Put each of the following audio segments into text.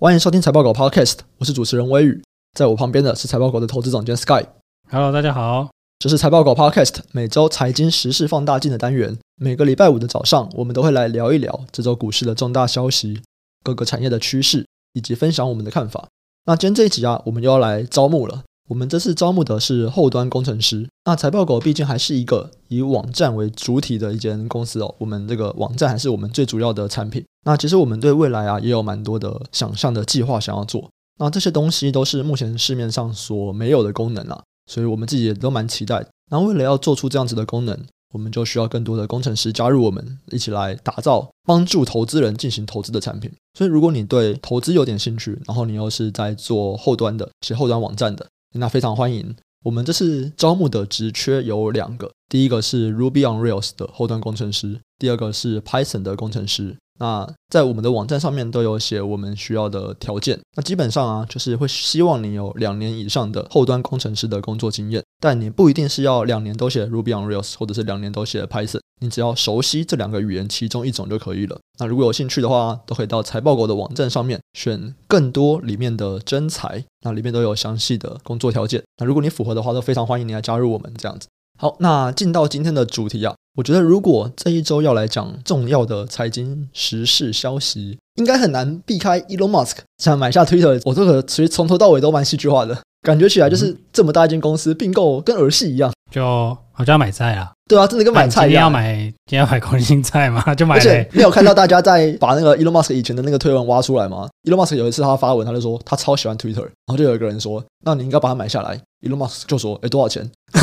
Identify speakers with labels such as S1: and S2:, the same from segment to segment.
S1: 欢迎收听财报狗 Podcast，我是主持人微宇，在我旁边的是财报狗的投资总监 Sky。
S2: Hello，大家好。
S1: 这是财报狗 Podcast 每周财经时事放大镜的单元，每个礼拜五的早上，我们都会来聊一聊这周股市的重大消息、各个产业的趋势，以及分享我们的看法。那今天这一集啊，我们又要来招募了。我们这次招募的是后端工程师。那财报狗毕竟还是一个以网站为主体的一间公司哦，我们这个网站还是我们最主要的产品。那其实我们对未来啊也有蛮多的想象的计划想要做。那这些东西都是目前市面上所没有的功能啊，所以我们自己也都蛮期待。那为了要做出这样子的功能，我们就需要更多的工程师加入我们，一起来打造帮助投资人进行投资的产品。所以，如果你对投资有点兴趣，然后你又是在做后端的，写后端网站的，那非常欢迎。我们这次招募的职缺有两个，第一个是 Ruby on Rails 的后端工程师，第二个是 Python 的工程师。那在我们的网站上面都有写我们需要的条件。那基本上啊，就是会希望你有两年以上的后端工程师的工作经验，但你不一定是要两年都写 Ruby on Rails 或者是两年都写 Python，你只要熟悉这两个语言其中一种就可以了。那如果有兴趣的话，都可以到财报狗的网站上面选更多里面的真才，那里面都有详细的工作条件。那如果你符合的话，都非常欢迎你来加入我们这样子。好，那进到今天的主题啊，我觉得如果这一周要来讲重要的财经时事消息，应该很难避开 Elon Musk 想买下 Twitter。我这个其实从头到尾都蛮戏剧化的，感觉起来
S2: 嗯
S1: 就是这么大一间公司并购跟儿戏一样。
S2: 就好像买菜啊，
S1: 对啊，真的跟买
S2: 啊
S1: 菜
S2: 你
S1: 一
S2: 今天要
S1: 样。
S2: 买，今天要买空心菜嘛， 就买
S1: 而
S2: 了
S1: 且
S2: 欸。
S1: 你有看到大家在把那个 Elon Musk 以前的那个推文挖出来吗？Elon Musk 有一次他发文，他就说他超喜欢 Twitter，然后就有一个人说，那你应该把它买下来。Elon Musk 就说，哎，多少钱？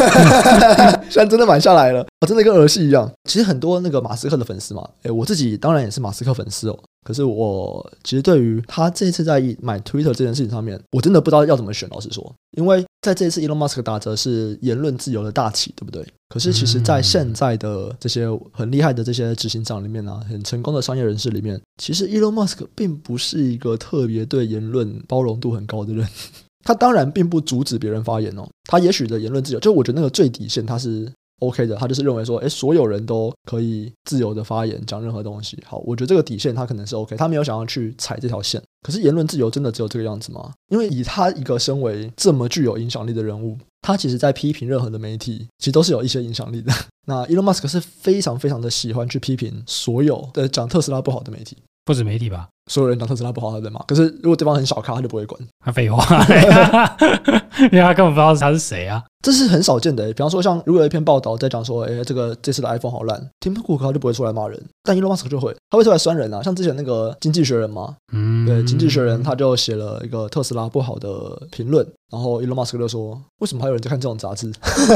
S1: 现在真的买下来了，我真的跟儿戏一样。其实很多那个马斯克的粉丝嘛，哎，我自己当然也是马斯克粉丝哦。可是我其实对于他这次在买 Twitter 这件事情上面，我真的不知道要怎么选。老实说，因为在这一次 Elon Musk 打折是言论自由的大旗，对不对？可是其实，在现在的这些很厉害的这些执行长里面呢、很成功的商业人士里面，其实 Elon Musk 并不是一个特别对言论包容度很高的人。 他当然并不阻止别人发言哦，他也许的言论自由，就我觉得那个最底线他是 OK 的，他就是认为说，哎，所有人都可以自由的发言，讲任何东西。好，我觉得这个底线他可能是 OK，他没有想要去踩这条线。可是言论自由真的只有这个样子吗？因为以他一个身为这么具有影响力的人物，他其实在批评任何的媒体，其实都是有一些影响力的。 那 Elon Musk 是非常非常的喜欢去批评所有的讲特斯拉不好的媒体，
S2: 不止媒体吧，
S1: 所有人讲特斯拉不好他在骂。可是如果对方很小咖，他就不会管。
S2: 他啊废话， 因为他根本不知道他是谁啊。
S1: 这是很少见的欸。比方说，像如果有一篇报道在讲说，哎，这个这次的 iPhone 好烂，Tim Cook 他就不会出来骂人，但 Elon Musk 就会，他会出来酸人啊。像之前那个《经济学人》嘛，
S2: 嗯，
S1: 对，《经济学人》他就写了一个特斯拉不好的评论，然后 Elon Musk 就说，为什么还有人在看这种杂志？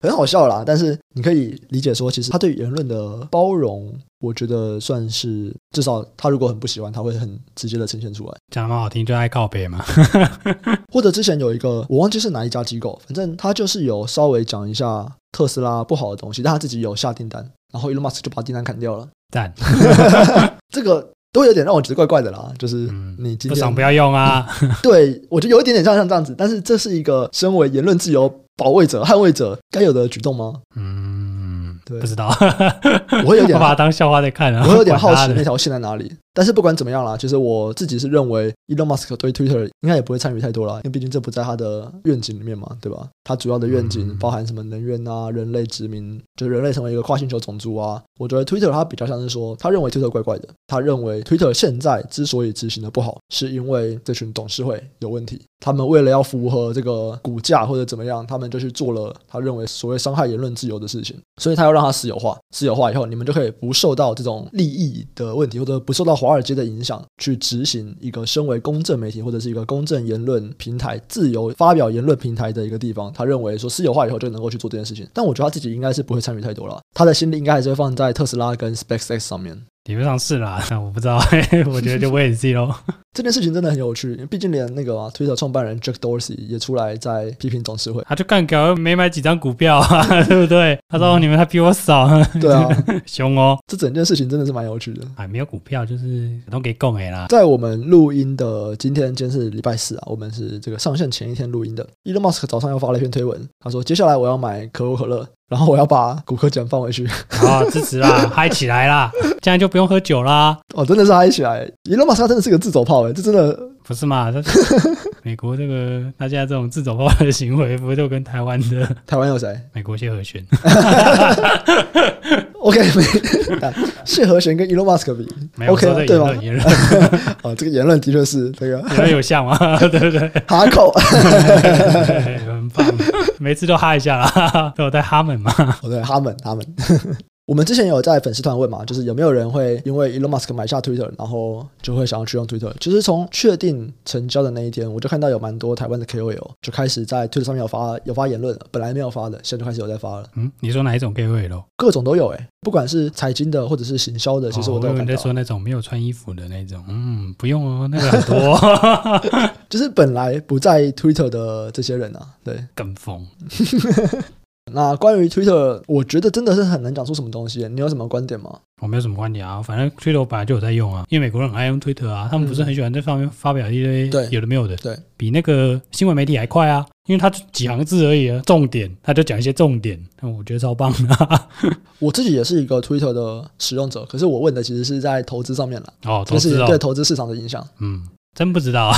S1: 很好笑啦，但是你可以理解说，其实他对言论的包容，我觉得算是至少他如果很不喜欢，他会很直接的呈现出来。
S2: 讲得蛮好听，就爱告别嘛。
S1: 或者之前有一个我忘记是哪一家机构，反正他就是有稍微讲一下特斯拉不好的东西，但他自己有下订单，然后 Elon Musk 就把订单砍掉了。
S2: 赞，
S1: 这个都有点让我觉得怪怪的啦，就是
S2: 嗯
S1: 你今
S2: 不爽
S1: 天
S2: 不要用啊。
S1: 对我觉得有一点点像像这样子，但是这是一个身为言论自由保卫者、捍卫者该有的举动吗？
S2: 嗯，
S1: 对
S2: 不知道，
S1: 我会有点
S2: 我把它当笑话在看 啊。
S1: 我有点好
S2: 管
S1: 奇
S2: 他
S1: 那
S2: 的
S1: 条线在哪里。但是不管怎么样啦，其实我自己是认为 Elon Musk 对 Twitter 应该也不会参与太多啦，因为毕竟这不在他的愿景里面嘛，对吧？他主要的愿景
S2: 嗯
S1: 包含什么能源啊、人类殖民，就是人类成为一个跨星球种族啊。我觉得 Twitter 他比较像是说，他认为 Twitter 怪怪的，他认为 Twitter 现在之所以执行的不好，是因为这群董事会有问题，他们为了要符合这个股价或者怎么样，他们就去做了他认为所谓伤害言论自由的事情，所以他要让它私有化，私有化以后，你们就可以不受到这种利益的问题，或者不受到华尔街的影响，去执行一个身为公正媒体或者是一个公正言论平台、自由发表言论平台的一个地方。他认为说私有化以后就能够去做这件事情，但我觉得他自己应该是不会参与太多了，他的心力应该还是会放在特斯拉跟 SpaceX 上面。
S2: 理论上是啦，但我不知道， 我觉得就 wait and see 咯。
S1: 这件事情真的很有趣，毕竟连那个、啊、Twitter 创办人 Jack Dorsey 也出来在批评董事会。
S2: 他就干搞，又没买几张股票啊， 对不对？他说
S1: 嗯
S2: 你们还比我少，
S1: 对啊，
S2: 凶哦。
S1: 这整件事情真的是蛮有趣的。
S2: 哎，没有股票就是都给供哎啦。
S1: 在我们录音的今天，今天是礼拜四啊，我们是这个上线前一天录音的。Elon Musk 早上又发了一篇推文，他说接下来我要买可口可乐， 然后我要把骨科奖放回去。
S2: 好，啊支 持啦，嗨起来啦，这样就不用喝酒啦。
S1: 哦，真的是嗨起来！Elon Musk 他真的是个自走炮到、欸，哎，这真的
S2: 不是嘛？这 美国这个大家这种自走炮的行为，不就跟台湾 的
S1: 台湾有谁
S2: 美国谢和弦？
S1: ？OK，没啊谢和弦跟 Elon Musk 比
S2: 没有说
S1: ，OK
S2: 这
S1: 对
S2: 言
S1: 吗
S2: 论？言论
S1: 啊，这个言论的确是这个
S2: 言论有像吗？ 对不对？
S1: 哈扣。
S2: 对很棒，每次都哈一下啦，都有在哈们嘛。
S1: 哦，对，他们他们。 我们之前有在粉丝团问嘛，就是有没有人会因为 Elon Musk 买下 Twitter，然后就会想要去用 Twitter。其实从确定成交的那一天，我就看到有蛮多台湾的 KOL 就开始在 Twitter 上面有发有发言论了，本来没有发的，现在就开始有在发了，
S2: 嗯，你说哪一种 gay 味咯？
S1: 各种都有诶、欸不管是财经的或者是行销的，其实我都有
S2: 哦以为
S1: 看
S2: 你
S1: 到。啊
S2: 在说那种没有穿衣服的那种，嗯，不用哦，那个很多
S1: 就是本来不在 Twitter 的这些人啊，对。
S2: 跟风。
S1: 那关于 Twitter，我觉得真的是很难讲出什么东西，欸你有什么观点吗？
S2: 我没有什么观点啊，反正 Twitter 我本来就有在用啊，因为美国人很爱用 Twitter 啊，他们不是很喜欢在上面发表一堆
S1: 嗯对
S2: 有的没有的，
S1: 对，
S2: 比那个新闻媒体还快啊，因为他就几行字而已啊，重点他就讲一些重点，那我觉得超棒的、 啊、
S1: 我自己也是一个 Twitter 的使用者，可是我问的其实是在投资上面啦。
S2: 哦，投
S1: 就是
S2: 资
S1: 对
S2: 哦，
S1: 投资市场的影响。
S2: 嗯，真不 知道啊，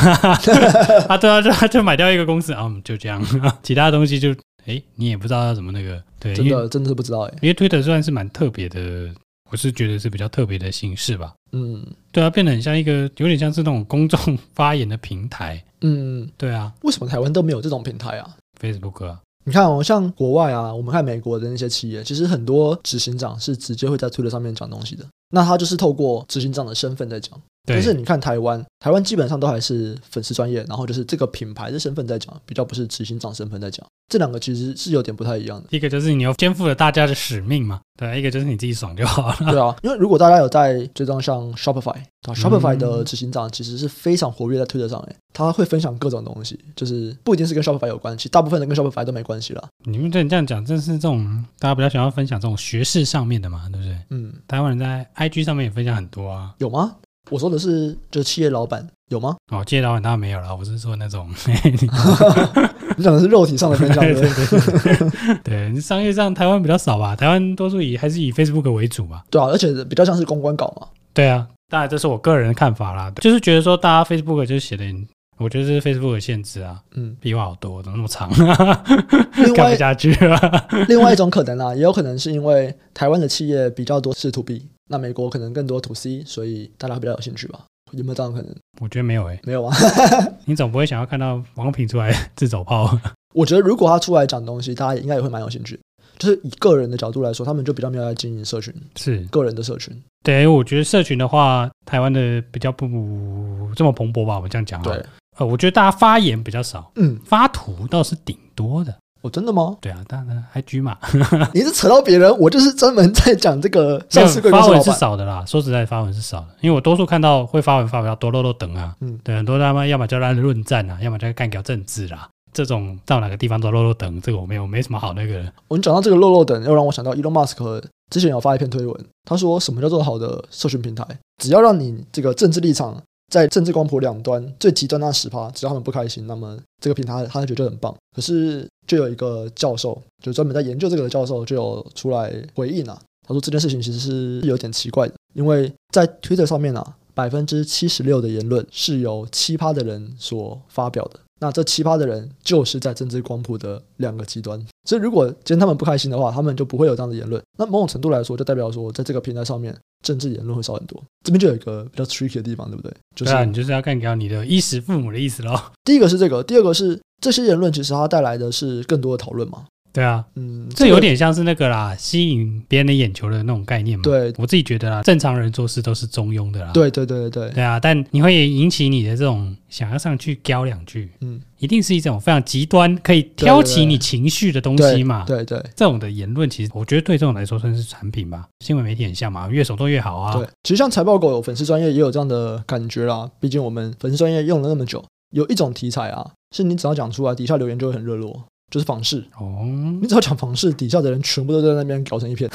S2: 啊对啊，就就买掉一个公司啊，嗯就这样， 其他东西就哎你也不知道要怎么那个，对，
S1: 真
S2: 因为
S1: 的真的是不知道哎、
S2: 因为 Twitter 算是蛮特别的，我是觉得是比较特别的形式吧，
S1: 嗯
S2: 对啊，变得很像一个有点像是那种公众发言的平台，
S1: 嗯，
S2: 对啊。
S1: 为什么台湾都没有这种平台啊？
S2: Facebook 啊，
S1: 你看哦，像国外啊，我们看美国的那些企业，其实很多执行长是直接会在推特上面讲东西的。那他就是透过执行长的身份在讲，
S2: 对，，
S1: 但是你看台湾，台湾基本上都还是粉丝专业，然后就是这个品牌的身份在讲，比较不是执行长身份在讲。这两个其实是有点不太一样的
S2: 一个就是你要肩负了大家的使命嘛，对，啊一个就是你自己爽就好了。
S1: 对啊，因为如果大家有在追踪像 Shopify，对、啊、Shopify 的
S2: 嗯
S1: 执行长其实是非常活跃在推特上诶，他会分享各种东西，就是不一定是跟 Shopify 有关系，大部分的跟 Shopify 都没关系啦。
S2: 你们这你这样讲，真是这种大家比较想要分享这种学识上面的嘛，对不对？
S1: 嗯，
S2: 台湾人在 IG 上面也分享很多啊。
S1: 有吗？我说的是，就是企业老板有吗？
S2: 哦，借老板当然没有啦，我是说那种，
S1: 你讲的是肉体上的分享，对
S2: 对
S1: 不
S2: 对
S1: 对
S2: 对对，对商业上台湾比较少吧，台湾多数以还是以 Facebook 为主吧。
S1: 对啊，而且比较像是公关稿嘛。
S2: 对啊，当然这是我个人的看法啦，就是觉得说大家 Facebook 就是写的，我觉得这是 Facebook 的限制啊，
S1: 嗯，
S2: 屁话好多，怎么那么长，
S1: 另
S2: 看不
S1: 外
S2: 下去啊了。
S1: 另外一种可能啊，也有可能是因为台湾的企业比较多是 to B，那美国可能更多 to C，所以大家会比较有兴趣吧？有没有这样的可能？
S2: 我觉得没有诶、
S1: 没有啊。
S2: 你总不会想要看到王品出来自走炮？
S1: 我觉得如果他出来讲东西，大家也应该也会蛮有兴趣。就是以个人的角度来说，他们就比较没有在经营社群，
S2: 是
S1: 个人的社群。
S2: 对，我觉得社群的话，台湾的比较不这么蓬勃吧，我这样讲啊。
S1: 对，，
S2: 呃，我觉得大家发言比较少，
S1: 嗯，
S2: 发图倒是顶多的。
S1: 我、真的吗？
S2: 对啊，当然还居嘛，
S1: 你是扯到别人，我就是专门在讲这个 上市贵
S2: 没
S1: 公
S2: 有嗯发
S1: 司
S2: 文
S1: 老
S2: 是
S1: 板。
S2: 少的啦。说实在，发文是少的，因为我多数看到会发文发文要多漏漏等啊，
S1: 嗯
S2: 对，很多他们要么就在论战啊，要么就在干掉政治啦。这种到哪个地方都漏漏等，这个我没有没什么好那个的。
S1: 我们讲到这个肉肉等，又让我想到 Elon Musk 之前有发一篇推文，他说什么叫做好的社群平台？只要让你这个政治立场在政治光谱两端最极端那十趴，只要他们不开心，那么这个平台他就觉得很棒。可是就有一个教授，就专门在研究这个的教授，就有出来回应啊，他说这件事情其实是有点奇怪的，因为在 Twitter 上面啊，百分之七十六的言论是由七趴的人所发表的。那这七趴的人就是在政治光谱的两个极端，所以如果今天他们不开心的话，他们就不会有这样的言论。那某种程度来说，就代表说，在这个平台上面，政治言论会少很多。这边就有一个比较 tricky 的地方，对不对？就是
S2: 对啊，你就是要干掉你的衣食父母的意思咯。
S1: 第一个是这个，第二个是这些言论其实它带来的是更多的讨论嘛。
S2: 对啊，
S1: 嗯，
S2: 这有点像是那个啦，吸引别人的眼球的那种概念嘛。
S1: 对
S2: 我自己觉得啦，正常人做事都是中庸的啦。
S1: 对对对对对，
S2: 对啊，但你会引起你的这种想要上去飙两句，
S1: 嗯，
S2: 一定是一种非常极端，可以挑
S1: 对对
S2: 起
S1: 对
S2: 你情绪的东西
S1: 对
S2: 嘛。
S1: 对对
S2: 这种的言论，其实我觉得对这种来说算是产品吧，新闻媒体很像嘛，越手动越好啊。
S1: 对，其实像财报狗有粉丝专业也有这样的感觉啦。毕竟我们粉丝专业用了那么久，有一种题材啊，是你只要讲出来，底下留言就会很热络。就是房市。
S2: 哦，
S1: 你只要讲房市，底下的人全部都在那边搞成一片。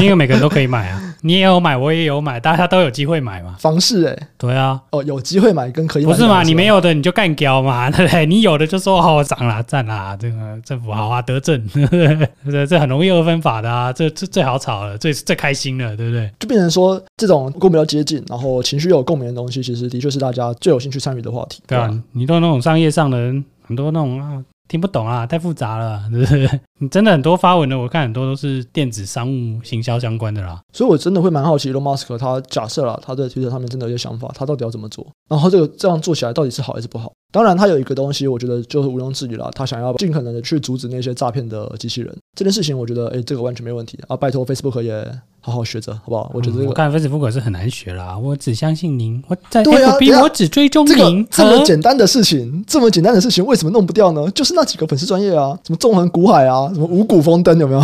S2: 因为每个人都可以买啊，你也有买，我也有买，大家都有机会买嘛。
S1: 房市哎、
S2: 对啊，
S1: 哦，有机会买跟可以买
S2: 不是嘛？你没
S1: 有
S2: 有的你就干掉嘛， 对不对？你有的就说哦，我涨啦，赞啦，这个政府好啊，得政， 对不对这这很容易二分法的啊，这这最好炒了，最最开心了，对不对？
S1: 就变成说这种跟我们比较接近，然后情绪又有共鸣的东西，其实的确是大家最有兴趣参与的话题。
S2: 对啊，你都那种商业上的人，很多那种啊听不懂啊，太复杂了， 对不对？你真的很多发文的，我看很多都是电子商务行销相关的啦。
S1: 所以我真的会蛮好奇，Elon Musk 他假设啦，他对 Twitter 上面真的有些想法，他到底要怎么做？然后这个这样做起来到底是好还是不好？当然，他有一个东西，我觉得就是毋庸置疑啦，他想要尽可能的去阻止那些诈骗的机器人这件事情，我觉得诶，这个完全没问题啊！拜托 Facebook 也好好学着，好不好？我觉得
S2: 嗯
S1: 这
S2: 我
S1: 个、
S2: 看 Facebook 是很难学啦，我只相信您，我在
S1: 对啊对
S2: FB
S1: 啊
S2: 我只追踪
S1: 这
S2: 您
S1: 个，这么
S2: 啊
S1: 简单的事情，这么简单的事情，为什么弄不掉呢？就是那几个粉丝专业啊，什么纵横股海啊，什么五谷丰登，有没有？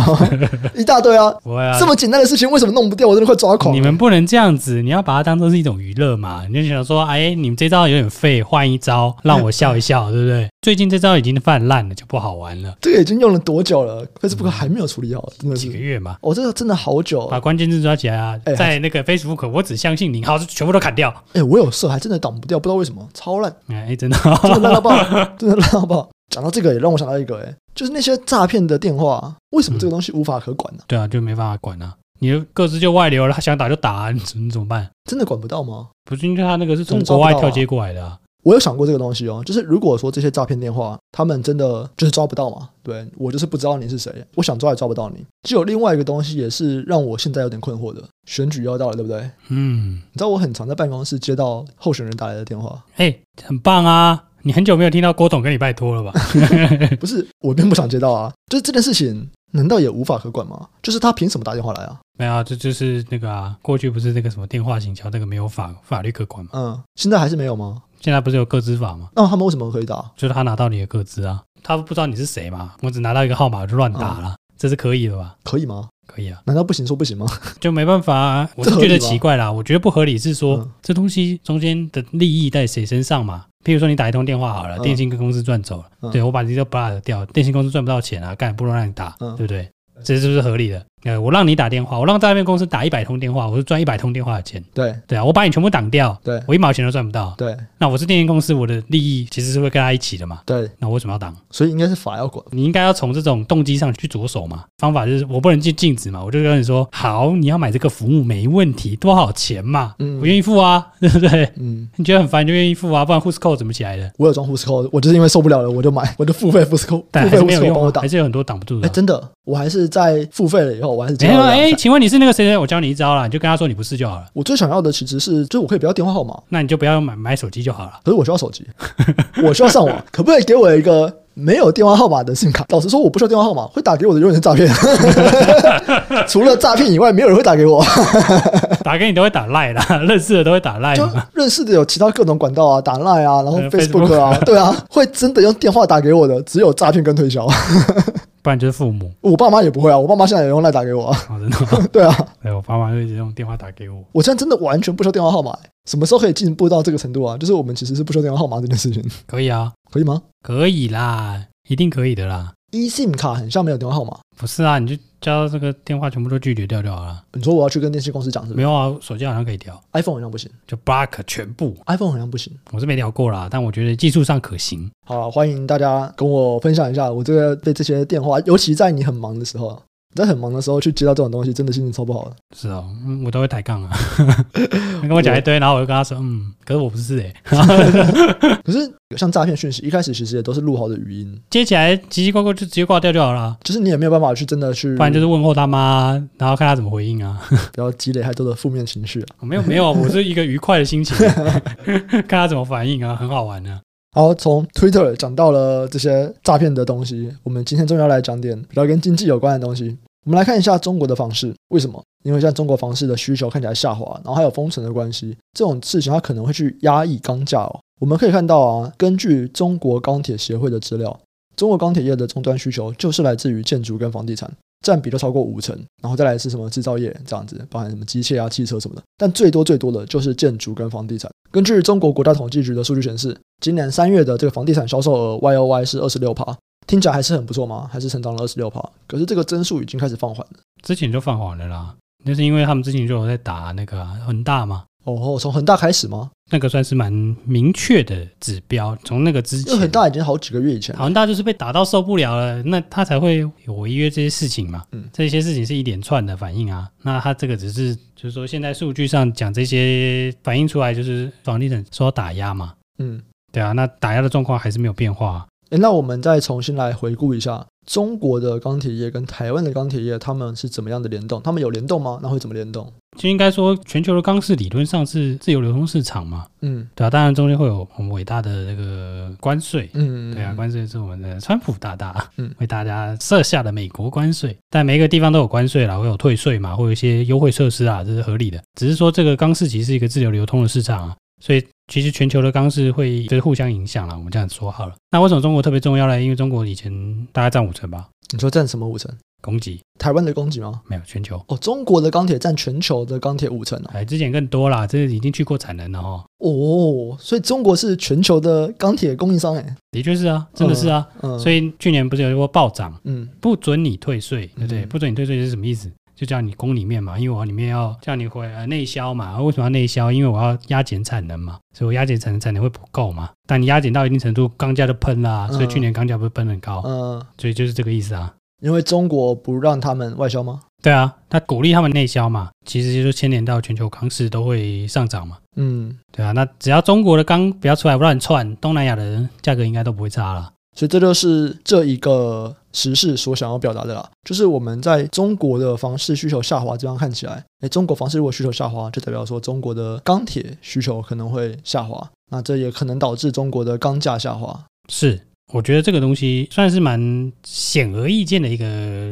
S1: 一大堆啊！
S2: 不会啊
S1: 这。么简单的事情，为什么弄不掉？我真的快抓狂了！
S2: 你们不能这样子，你要把它当做是一种娱乐嘛？你就想说，哎，你们这招有点废，换一招让我笑一笑，
S1: 嗯
S2: 对不对？最近这招已经泛滥了，就不好玩了，
S1: 这个已经用了多久了？Facebook 还没有处理好，真的
S2: 嗯几个
S1: 是，
S2: 月嘛，
S1: 哦，这个真的好久。
S2: 把关键字抓起来啊
S1: 哎，
S2: 在那个 Facebook，我只相信您，好，全部都砍掉，
S1: 哎，我有设，还真的挡不掉，不知道为什么，超 烂，
S2: 哎，真的
S1: 真的烂到爆，真的烂到爆。讲到这个，也让我想到一个，哎，就是那些诈骗的电话，为
S2: 嗯
S1: 什么这个东西无法可管呢？
S2: 对啊，就没办法管啊，你的各自就外流了，他想打就打、啊，你怎你怎么办？
S1: 真的管不到吗？
S2: 不是因为他那个是从
S1: 真的抓
S2: 国
S1: 不
S2: 外
S1: 到啊
S2: 跳接过来的、啊，
S1: 我有想过这个东西哦，就是如果说这些诈骗电话，他们真的就是抓不到嘛，对我就是不知道你是谁，我想抓也抓不到你。就有另外一个东西，也是让我现在有点困惑的，选举要到了，对不对？你
S2: 嗯，
S1: 知道我很常在办公室接到候选人打来的电话，
S2: 哎、很棒啊！你很久没有听到郭董跟你拜托了吧？
S1: 不是我并不想接到啊，就是这件事情难道也无法可管吗？就是他凭什么打电话来啊？
S2: 没有啊，这就是那个啊，过去不是那个什么电话行销那个没有法法律可管嘛？
S1: 嗯，现在还是没有吗？
S2: 现在不是有个资法吗？
S1: 那他们为什么可以打？
S2: 就是他拿到你的个资啊，他不知道你是谁嘛，我只拿到一个号码我就乱打
S1: 啊
S2: 了，这是可以的吧？
S1: 可以吗？
S2: 可以啊，
S1: 难道不行说不行吗？
S2: 就没办法啊。我是
S1: 这合
S2: 觉
S1: 理
S2: 得
S1: 吧
S2: 奇怪啦，我觉得不合理是说、
S1: 嗯
S2: 这东西中间的利益在谁身上嘛？譬如说你打一通电话好了，
S1: 嗯
S2: 电信跟公司赚走了，
S1: 嗯
S2: 对我把你这 block 掉，电信公司赚不到钱啊，干不如让你打，
S1: 嗯
S2: 对不对？这是不是合理的？呃，我让你打电话，我让诈骗公司打一百通电话，我就赚一百通电话的钱，
S1: 对
S2: 对啊，我把你全部挡掉，
S1: 对
S2: 我一毛钱都赚不到。
S1: 对
S2: 那我是电信公司，我的利益其实是会跟他一起的嘛，
S1: 对，
S2: 那我为什么要挡？
S1: 所以应该是法要管。
S2: 你应该要从这种动机上去着手嘛。方法就是我不能去禁止嘛，我就跟你说，好，你要买这个服务没问题，多少钱嘛，
S1: 嗯
S2: 我愿意付啊，对不对？
S1: 嗯，
S2: 你觉得很烦你就愿意付啊，不然 Who's Call 怎么起来的？
S1: 我有装 Fusco，我就是因为受不了了，我就买， 我就付费 Fusco，付
S2: 但
S1: 费
S2: 还是没有
S1: Fusco 帮
S2: 用、
S1: 我
S2: 啊，
S1: 打
S2: 还。是有很多挡不住的
S1: 哎，
S2: 啊、
S1: 真的，我还是在付费了以后，我还是接
S2: 没
S1: 到
S2: 有
S1: 了
S2: 啊哎、
S1: 两三
S2: 请问你是那个谁谁？我教你一招啦，你就跟他说你不是就好了，
S1: 我最想要的其实是，就是我可以不要电话号码，
S2: 那你就不要买买手机就好了。
S1: 可是我需要手机， 我需要上网，可不可以给我一个没有电话号码的 SIM 卡？老实说，我不需要电话号码，会打给我的永远是诈骗。 除了诈骗以外，没有人会打给我。
S2: 打给你都会打赖啦，认识的都会打赖
S1: 就
S2: 嘛。
S1: 认识的有其他各种管道啊，打 Line 啊，然后
S2: 呃
S1: Facebook 啊，对啊，会真的用电话打给我的，只有诈骗跟推销。
S2: 不然就是父母。
S1: 我爸妈也不会啊，我爸妈现在也用 Line 打给我啊。
S2: 哦、真的哦，
S1: 对啊，
S2: 对我爸妈就一直用电话打给我。
S1: 我现在真的完全不需要电话号码、哎什么时候可以进步到这个程度啊？就是我们其实是不需要电话号码这件事情，
S2: 可以啊，
S1: 可以吗
S2: 可以啦，一定可以的啦。
S1: ？eSIM 卡很像没有电话号码。
S2: 不是啊，你就叫这个电话全部都拒绝掉就好了。
S1: 你说我要去跟电信公司讲是不
S2: 没
S1: 是
S2: 有啊，手机好像可以调，
S1: ？iPhone 好像不行
S2: 就 block 全部。
S1: ，iPhone 好像不行。
S2: 我是没调过啦，但我觉得技术上可行。
S1: 好了，欢迎大家跟我分享一下，我这个被这些电话，尤其在你很忙的时候啊，你在很忙的时候去接到这种东西，真的心情超不好的。
S2: 是哦，嗯我都会抬杠啊。 他跟我讲一堆，然后我就跟他说，嗯，可是我不是哎、
S1: 可是像诈骗讯息，一开始其实也都是录好的语音，
S2: 接起来奇奇怪怪就直接挂掉就好了，
S1: 就是你也没有办法去真的去，
S2: 不然就是问候他妈，然后看他怎么回应啊。
S1: 不要积累太多的负面情绪啊。
S2: 没有没有，我是一个愉快的心情， 看他怎么反应啊，很好玩啊。
S1: 好，从 Twitter 讲到了这些诈骗的东西，我们今天终于要来讲点比较跟经济有关的东西。我们来看一下中国的房市，为什么？因为现在中国房市的需求看起来下滑，然后还有封城的关系，这种事情它可能会去压抑钢价哦。我们可以看到啊，根据中国钢铁协会的资料，中国钢铁业的终端需求就是来自于建筑跟房地产，占比都超过五成，然后再来是什么制造业这样子，包含什么机械啊、汽车什么的。但最多最多的就是建筑跟房地产。根据中国国家统计局的数据显示，今年三月的这个房地产销售额 Y O Y 是二十六趴，听起来还是很不错嘛，还是成长了二十六趴。可是这个增速已经开始放缓了。
S2: 之前就放缓了啦，那是因为他们之前就有在打那个啊恒大嘛，
S1: 哦，从恒大开始吗？
S2: 那个算是蛮明确的指标。从那个之
S1: 因为
S2: 前
S1: 恒，大已经好几个月以前了。
S2: 恒大就是被打到受不了了，那他才会有违约这些事情嘛。
S1: 嗯
S2: 这些事情是一连串的反应啊。那他这个只是就是说，现在数据上讲这些反映出来，就是房地产受到打压嘛。
S1: 嗯，
S2: 对啊，那打压的状况还是没有变化啊、
S1: 诶那我们再重新来回顾一下中国的钢铁业跟台湾的钢铁业，他们是怎么样的联动？他们有联动吗？那会怎么联动？
S2: 就应该说，全球的钢市理论上是自由流通市场嘛，
S1: 嗯
S2: 对啊，当然中间会有我们伟大的那个关税，
S1: 嗯，
S2: 对啊，关税是我们的川普大大，
S1: 嗯
S2: 为大家设下的美国关税，但每一个地方都有关税啦，会有退税嘛，会有一些优惠设施啊，这是合理的。只是说这个钢市其实是一个自由流通的市场啊，所以其实全球的钢市会就是互相影响啦，我们这样说好了。那为什么中国特别重要呢？因为中国以前大概占五成吧，
S1: 你说占什么五成？
S2: 供给
S1: 台湾的供给吗？
S2: 没有全球，
S1: 哦，中国的钢铁占全球的钢铁五成啊
S2: 哎，之前更多啦，这已经去过产能了哦。
S1: 哦，哦，所以中国是全球的钢铁供应商哎，
S2: 的确是啊，真的是啊，
S1: 嗯，
S2: 所
S1: 以
S2: 以去年不是有说暴涨，
S1: 嗯
S2: 不准你退税，对不对？
S1: 嗯
S2: 不准你退税是什么意思？就叫你供里面嘛，因为我里面要叫你回呃内销嘛。为什么要内销？因为我要压减产能嘛，所以我压减产能产能会不够嘛。但你压减到一定程度，钢价就喷啦、
S1: 嗯
S2: 所以去年钢价不是喷很高，
S1: 嗯，
S2: 所以就是这个意思啊。
S1: 因为中国不让他们外销吗？
S2: 对啊，他鼓励他们内销嘛，其实就是牵连到全球钢市都会上涨嘛。
S1: 嗯，
S2: 对啊，那只要中国的钢不要出来乱窜，东南亚的人价格应该都不会差啦。
S1: 所以这就是这一个时事所想要表达的啦，就是我们在中国的房市需求下滑这样看起来，诶，中国房市如果需求下滑，就代表说中国的钢铁需求可能会下滑，那这也可能导致中国的钢价下滑。
S2: 是，我觉得这个东西算是蛮显而易见的一个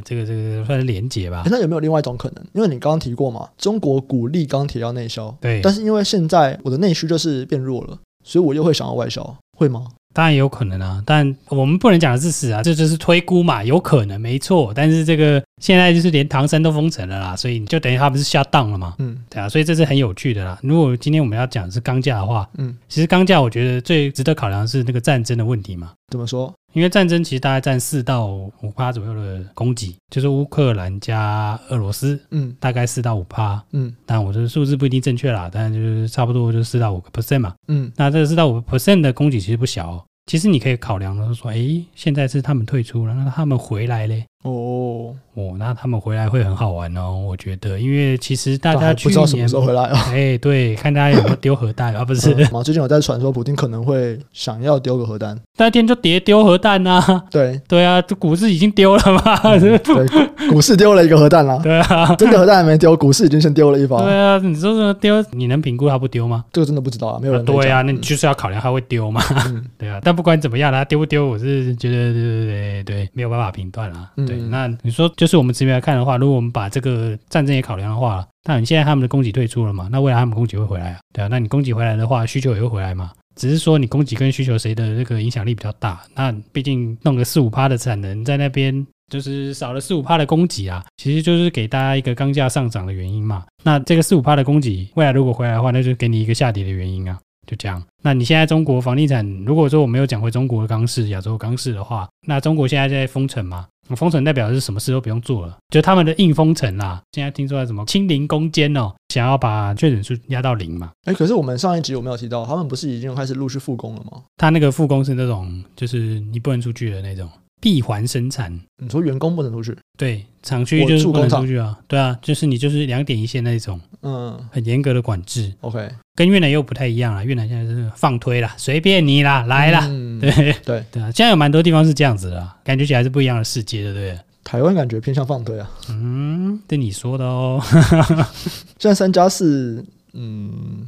S2: 这个这个算是连结吧
S1: 诶。那有没有另外一种可能？因为你刚刚提过嘛，中国鼓励钢铁要内销，
S2: 对，
S1: 但是因为现在我的内需就是变弱了，所以我又会想要外销，会吗？
S2: 当然也有可能啊，但我们不能讲的是死啊，这就是推估嘛，有可能没错。但是这个现在就是连唐山都封城了啦，所以你就等于他们是下档了嘛，
S1: 嗯
S2: 对啊，所以这是很有趣的啦。如果今天我们要讲的是钢价的话，
S1: 嗯，
S2: 其实钢价我觉得最值得考量的是那个战争的问题嘛。
S1: 怎么说？
S2: 因为战争其实大概占四到五趴左右的供给，就是乌克兰加俄罗斯
S1: 嗯
S2: 大概四到五趴，
S1: 嗯
S2: 但我这个数字不一定正确啦，但就是差不多就是四到五个 percent 嘛。
S1: 嗯
S2: 那这四到五 percent 的供给其实不小、哦，其实你可以考量的是说，诶，现在是他们退出了，那他们回来嘞？
S1: 哦，
S2: 哦，那他们回来会很好玩哦，我觉得，因为其实大
S1: 还
S2: 家去
S1: 不知道什么
S2: 年
S1: 时， 候回来啊。
S2: 哎，对，看大家有没有丢核弹啊？不是，
S1: 嗯嘛，最近有在传说普丁可能会想要丢个核弹，
S2: 那天就叠丢核弹呐、啊，
S1: 对
S2: 对啊，这股市已经丢了嘛，
S1: 嗯对，股市丢了一个核弹啦，
S2: 对啊。
S1: 真的核弹还没丢，股市已经先丢了一发
S2: 对，啊，你说什么丢？你能评估它不丢吗？
S1: 这个真的不知道啊，没有
S2: 啊
S1: 人
S2: 对啊，
S1: 啊，
S2: 那你就是要考量它会丢嘛。
S1: 嗯
S2: 对啊，但不管怎么样啦，丢不丢，我是觉得对对对对，没有办法评断啦。
S1: 嗯
S2: 对，那你说就是我们直面来看的话，如果我们把这个战争也考量的话，那你现在他们的供给退出了嘛，那未来他们供给会回来啊，对啊，那你供给回来的话，需求也会回来嘛。只是说你供给跟需求谁的那个影响力比较大，那毕竟弄个四五趴的产能在那边，就是少了四五趴的供给啊，其实就是给大家一个钢价上涨的原因嘛。那这个四五趴的供给，未来如果回来的话，那就给你一个下跌的原因啊。就这样。那你现在中国房地产，如果说我没有讲回中国的钢市、亚洲的钢市的话，那中国现在在封城嘛？那封城代表是什么事都不用做了，就他们的硬封城啊啦。现在听说什么清零攻坚哦，想要把确诊数压到零嘛。
S1: 哎，可是我们上一集有没有提到，他们不是已经开始陆续复工了吗？
S2: 他那个复工是那种，就是你不能出去的那种闭环生产，
S1: 你说员工不能出去，
S2: 对，厂区就是
S1: 我住
S2: 不能
S1: 工厂
S2: 出去啊，对啊，就是你就是两点一线那种，
S1: 嗯
S2: 很严格的管制，
S1: ，OK，
S2: 跟越南又不太一样啦，啊越南现在是放推啦，随便你啦，来啦，
S1: 嗯
S2: 对
S1: 对
S2: 对啊，现在有蛮多地方是这样子的、啊，感觉起来是不一样的世界，对不对？
S1: 台湾感觉偏向放推啊，
S2: 嗯，对你说的哦，
S1: 现在三加四，嗯，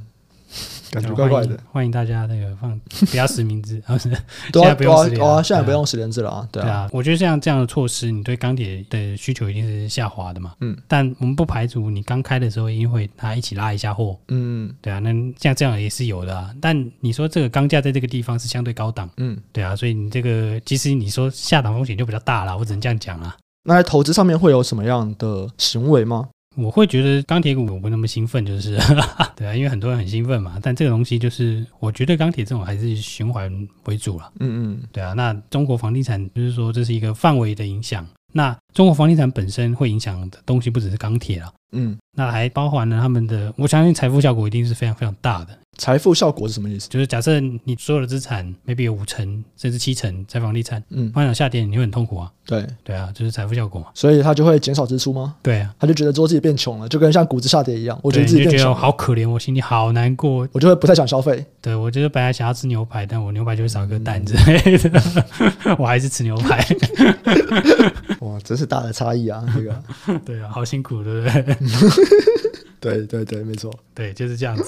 S1: 感觉怪怪的
S2: 欢，迎，欢迎大家那个放不要实名 制，啊是
S1: 对
S2: 现
S1: 啊
S2: 在不
S1: 对
S2: 用
S1: 啊
S2: 十连
S1: 对啊，
S2: 了
S1: 现在不
S2: 对啊
S1: 用十连制了啊，对
S2: 对
S1: 啊，
S2: 啊，我觉得像这样的措施，你对钢铁的需求一定是下滑的嘛，
S1: 嗯，
S2: 但我们不排除你刚开的时候一定会啊它一起拉一下货，
S1: 嗯
S2: 对啊，那像这样也是有的啊，但你说这个钢价在这个地方是相对高档，
S1: 嗯，
S2: 对啊，所以你这个其实你说下档风险就比较大啦，我只能这样讲啦。
S1: 那在投资上面会有什么样的行为吗？
S2: 我会觉得钢铁股我不那么兴奋，就是 对啊，因为很多人很兴奋嘛。但这个东西就是，我觉得钢铁这种还是循环为主啦。
S1: 嗯嗯，
S2: 对啊，那中国房地产就是说这是一个范围的影响。那中国房地产本身会影响的东西不只是钢铁啦，
S1: 嗯，
S2: 那还包含了他们的，我相信财富效果一定是非常非常大的。
S1: 财富效果是什么意思？
S2: 就是假设你所有的资产 maybe 有五成甚至七成在房地产，
S1: 嗯，
S2: 房地产下跌你会很痛苦啊。
S1: 对，
S2: 对啊，就是财富效果嘛。
S1: 所以他就会减少支出吗？
S2: 对啊，
S1: 他就觉得说自己变穷了，就跟像股市下跌一样，我觉
S2: 对
S1: 得自己
S2: 你就
S1: 变
S2: 觉
S1: 穷
S2: 得
S1: 了，
S2: 好可怜，我心里好难过。
S1: 我就会不太想消费。
S2: 对我就是本来想要吃牛排，但我牛排就会少一个
S1: 嗯
S2: 蛋之类的， 我还是吃牛排。
S1: 哇，真是大的差异啊！这个，
S2: 对啊，好辛苦，对不对？
S1: 对对对，没错。
S2: 对，就是这样子。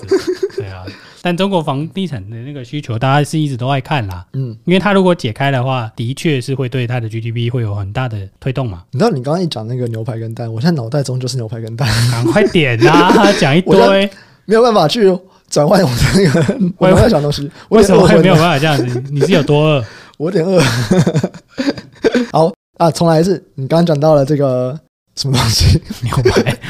S2: 对啊，但中国房地产的那个需求，大家是一直都爱看啦，
S1: 嗯，
S2: 因为它如果解开的话，的确是会对它的 GDP 会有很大的推动嘛。
S1: 你知道你刚刚一讲那个牛排跟蛋，我现在脑袋中就是牛排跟蛋，
S2: 赶快点啊， 讲一
S1: 我要
S2: 堆，
S1: 没有办法去转换我的那个我脑袋想的东西。我
S2: 为
S1: 有
S2: 什
S1: 点
S2: 么
S1: 饿
S2: 会没
S1: 昏
S2: 有
S1: 了，
S2: 办法这样子？你是有多饿？
S1: 我有点饿。好啊，重来一次。你刚刚讲到了这个什么东西？
S2: 牛排。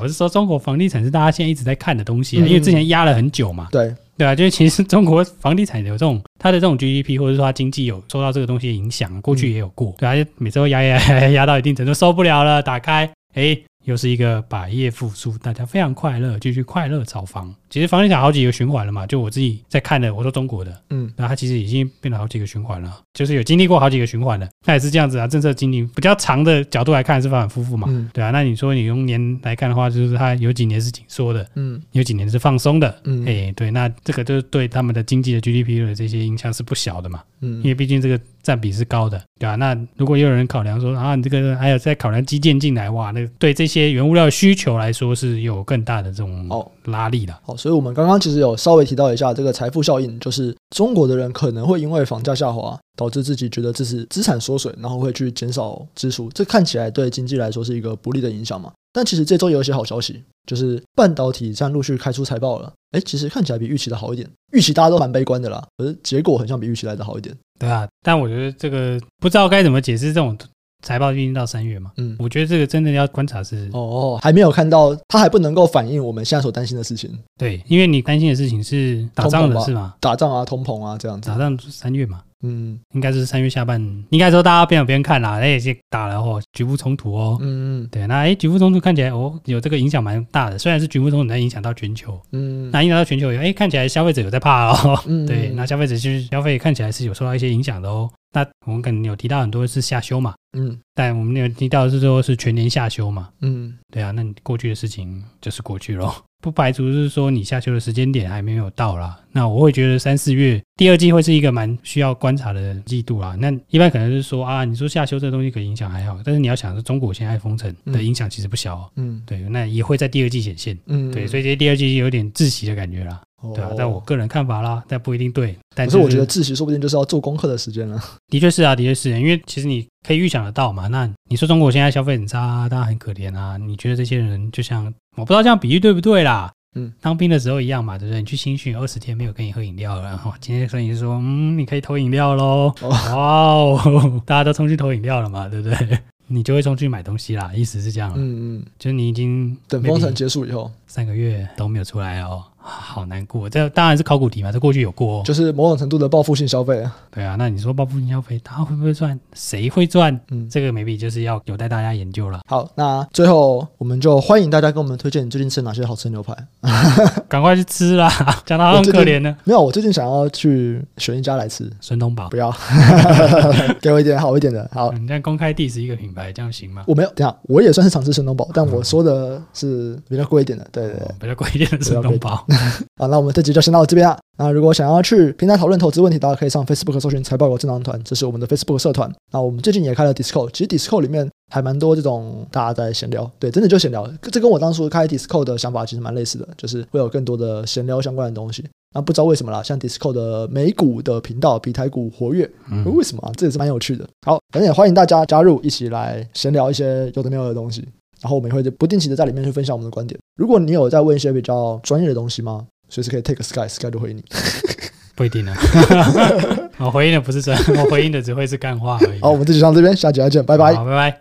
S2: 我是说，中国房地产是大家现在一直在看的东西啊、
S1: 嗯
S2: 因为之前压了很久嘛，
S1: 对，
S2: 对啊，就是其实中国房地产有这种它的这种 GDP 或者说它经济有受到这个东西的影响，过去也有过，对啊，就每次都压压压压压到一定程度受不了了，打开，哎，又是一个百业复苏，大家非常快乐，继续快乐炒房。其实房地产好几个循环了嘛，就我自己在看的，我说中国的，
S1: 嗯，
S2: 那它其实已经变了好几个循环了，就是有经历过好几个循环了。那也是这样子啊，政策经历比较长的角度来看是反反复复嘛，
S1: 嗯
S2: 对啊。那你说你用年来看的话，就是它有几年是紧缩的，
S1: 嗯
S2: 有几年是放松的。
S1: 嗯
S2: 哎、对，那这个就是对他们的经济的 GDP 的这些影响是不小的嘛，
S1: 嗯
S2: 因为毕竟这个占比是高的，对吧、那如果又有人考量说啊，你这个还有在考量基建进来，哇，那个对这些原物料的需求来说是有更大的这种
S1: 哦，
S2: 拉力的。
S1: 好，所以我们刚刚其实有稍微提到一下这个财富效应，就是中国的人可能会因为房价下滑，导致自己觉得这是资产缩水，然后会去减少支出，这看起来对经济来说是一个不利的影响嘛。但其实这周有一些好消息，就是半导体站陆续开出财报了，哎，其实看起来比预期的好一点，预期大家都蛮悲观的啦，可是结果很像比预期来的好一点。
S2: 对啊，但我觉得这个不知道该怎么解释这种财报，毕竟到三月嘛，
S1: 嗯，
S2: 我觉得这个真的要观察是，
S1: 哦，还没有看到，它还不能够反映我们现在所担心的事情，
S2: 对，因为你担心的事情是打仗的是吗？
S1: 打仗啊、通膨啊这样子
S2: 打。仗三月嘛，
S1: 嗯
S2: 应该是三月下半，应该说大家边有边看啦，那也是打了哦，局部冲突哦。
S1: 嗯
S2: 对，那诶，局部冲突看起来哦，有这个影响蛮大的。虽然是局部冲突，但影响到全球，
S1: 嗯嗯
S2: 那影响到全球以后，诶，看起来消费者有在怕哦。
S1: 嗯
S2: 对，那消费者就是消费看起来是有受到一些影响的哦。那我们可能有提到很多是下修嘛，
S1: 嗯
S2: 但我们有提到的是说是全年下修嘛，
S1: 嗯
S2: 对啊，那你过去的事情就是过去咯， 不排除是说你下修的时间点还没有到啦。那我会觉得三四月第二季会是一个蛮需要观察的季度啦。那一般可能是说啊，你说下修这东西可能影响还好，但是你要想是中国现在封城的影响其实不小、哦，
S1: 嗯
S2: 对，那也会在第二季显现。
S1: 嗯，
S2: 对，所以这第二季有点窒息的感觉啦，对啊
S1: 哦，
S2: 但我个人看法啦，但不一定对。但
S1: 可
S2: 就是
S1: 我觉得自习说不定就是要做功课的时间了。
S2: 的确是啊，的确是，因为其实你可以预想得到嘛。那你说中国现在消费很差、啊，大家很可怜啊。你觉得这些人就像我不知道这样比喻对不对啦？
S1: 嗯，
S2: 当兵的时候一样嘛，对不对？你去新训二十天没有跟你喝饮料了，然后今天所以就说，嗯，你可以投饮料喽。
S1: 哦
S2: 哇哦， 大家都冲去投饮料了嘛，对不对？你就会冲去买东西啦，意思是这样啊，
S1: 嗯嗯，
S2: 就是你已经
S1: 等封
S2: maybe 哦
S1: 城结束以后，
S2: 三个月都没有出来哦，好难过。这当然是考古题嘛，这过去有过、哦。
S1: 就是某种程度的报复性消费啊。
S2: 对啊，那你说报复性消费，他会不会赚？谁会赚？
S1: 嗯，
S2: 这个 maybe 就是要有待大家研究了。
S1: 好，那最后我们就欢迎大家跟我们推荐你最近吃哪些好吃的牛排。
S2: 赶快去吃啦， 讲到很可怜呢。
S1: 没有，我最近想要去选一家来吃，
S2: 孙东宝嗯
S1: 不，要， 给我一点好一点的。好，
S2: 你这样公开 diss 一个品牌，这样行吗？
S1: 我没有，等一下我也算是常吃神农堡，
S2: 嗯
S1: 但我说的是比较贵一点的。对对对
S2: 哦，比较贵一点的孙东宝。
S1: 好，啊那我们这集就先到这边啊。那如果想要去平台讨论投资问题，大家可以上 Facebook 搜寻财报狗智囊团，这是我们的 Facebook 社团。那我们最近也开了 Discord，其实 Discord 里面还蛮多这种大家在闲聊，对，真的就闲聊。这跟我当初开 Discord 的想法其实蛮类似的，就是会有更多的闲聊相关的东西。那不知道为什么啦，像 Discord 的美股的频道比台股活跃，
S2: 嗯
S1: 为什么啊？这也是蛮有趣的。好，反正也欢迎大家加入，一起来闲聊一些有的没有的东西。然后我们也会不定期的在里面去分享我们的观点。如果你有在问一些比较专业的东西吗？随时可以 take a sky sky 就回你。
S2: 不 一定啊。 我回应的不是真，我回应的只会是干话而已。
S1: 好，我们这集上这边，下集再见，拜拜。
S2: 好，拜拜。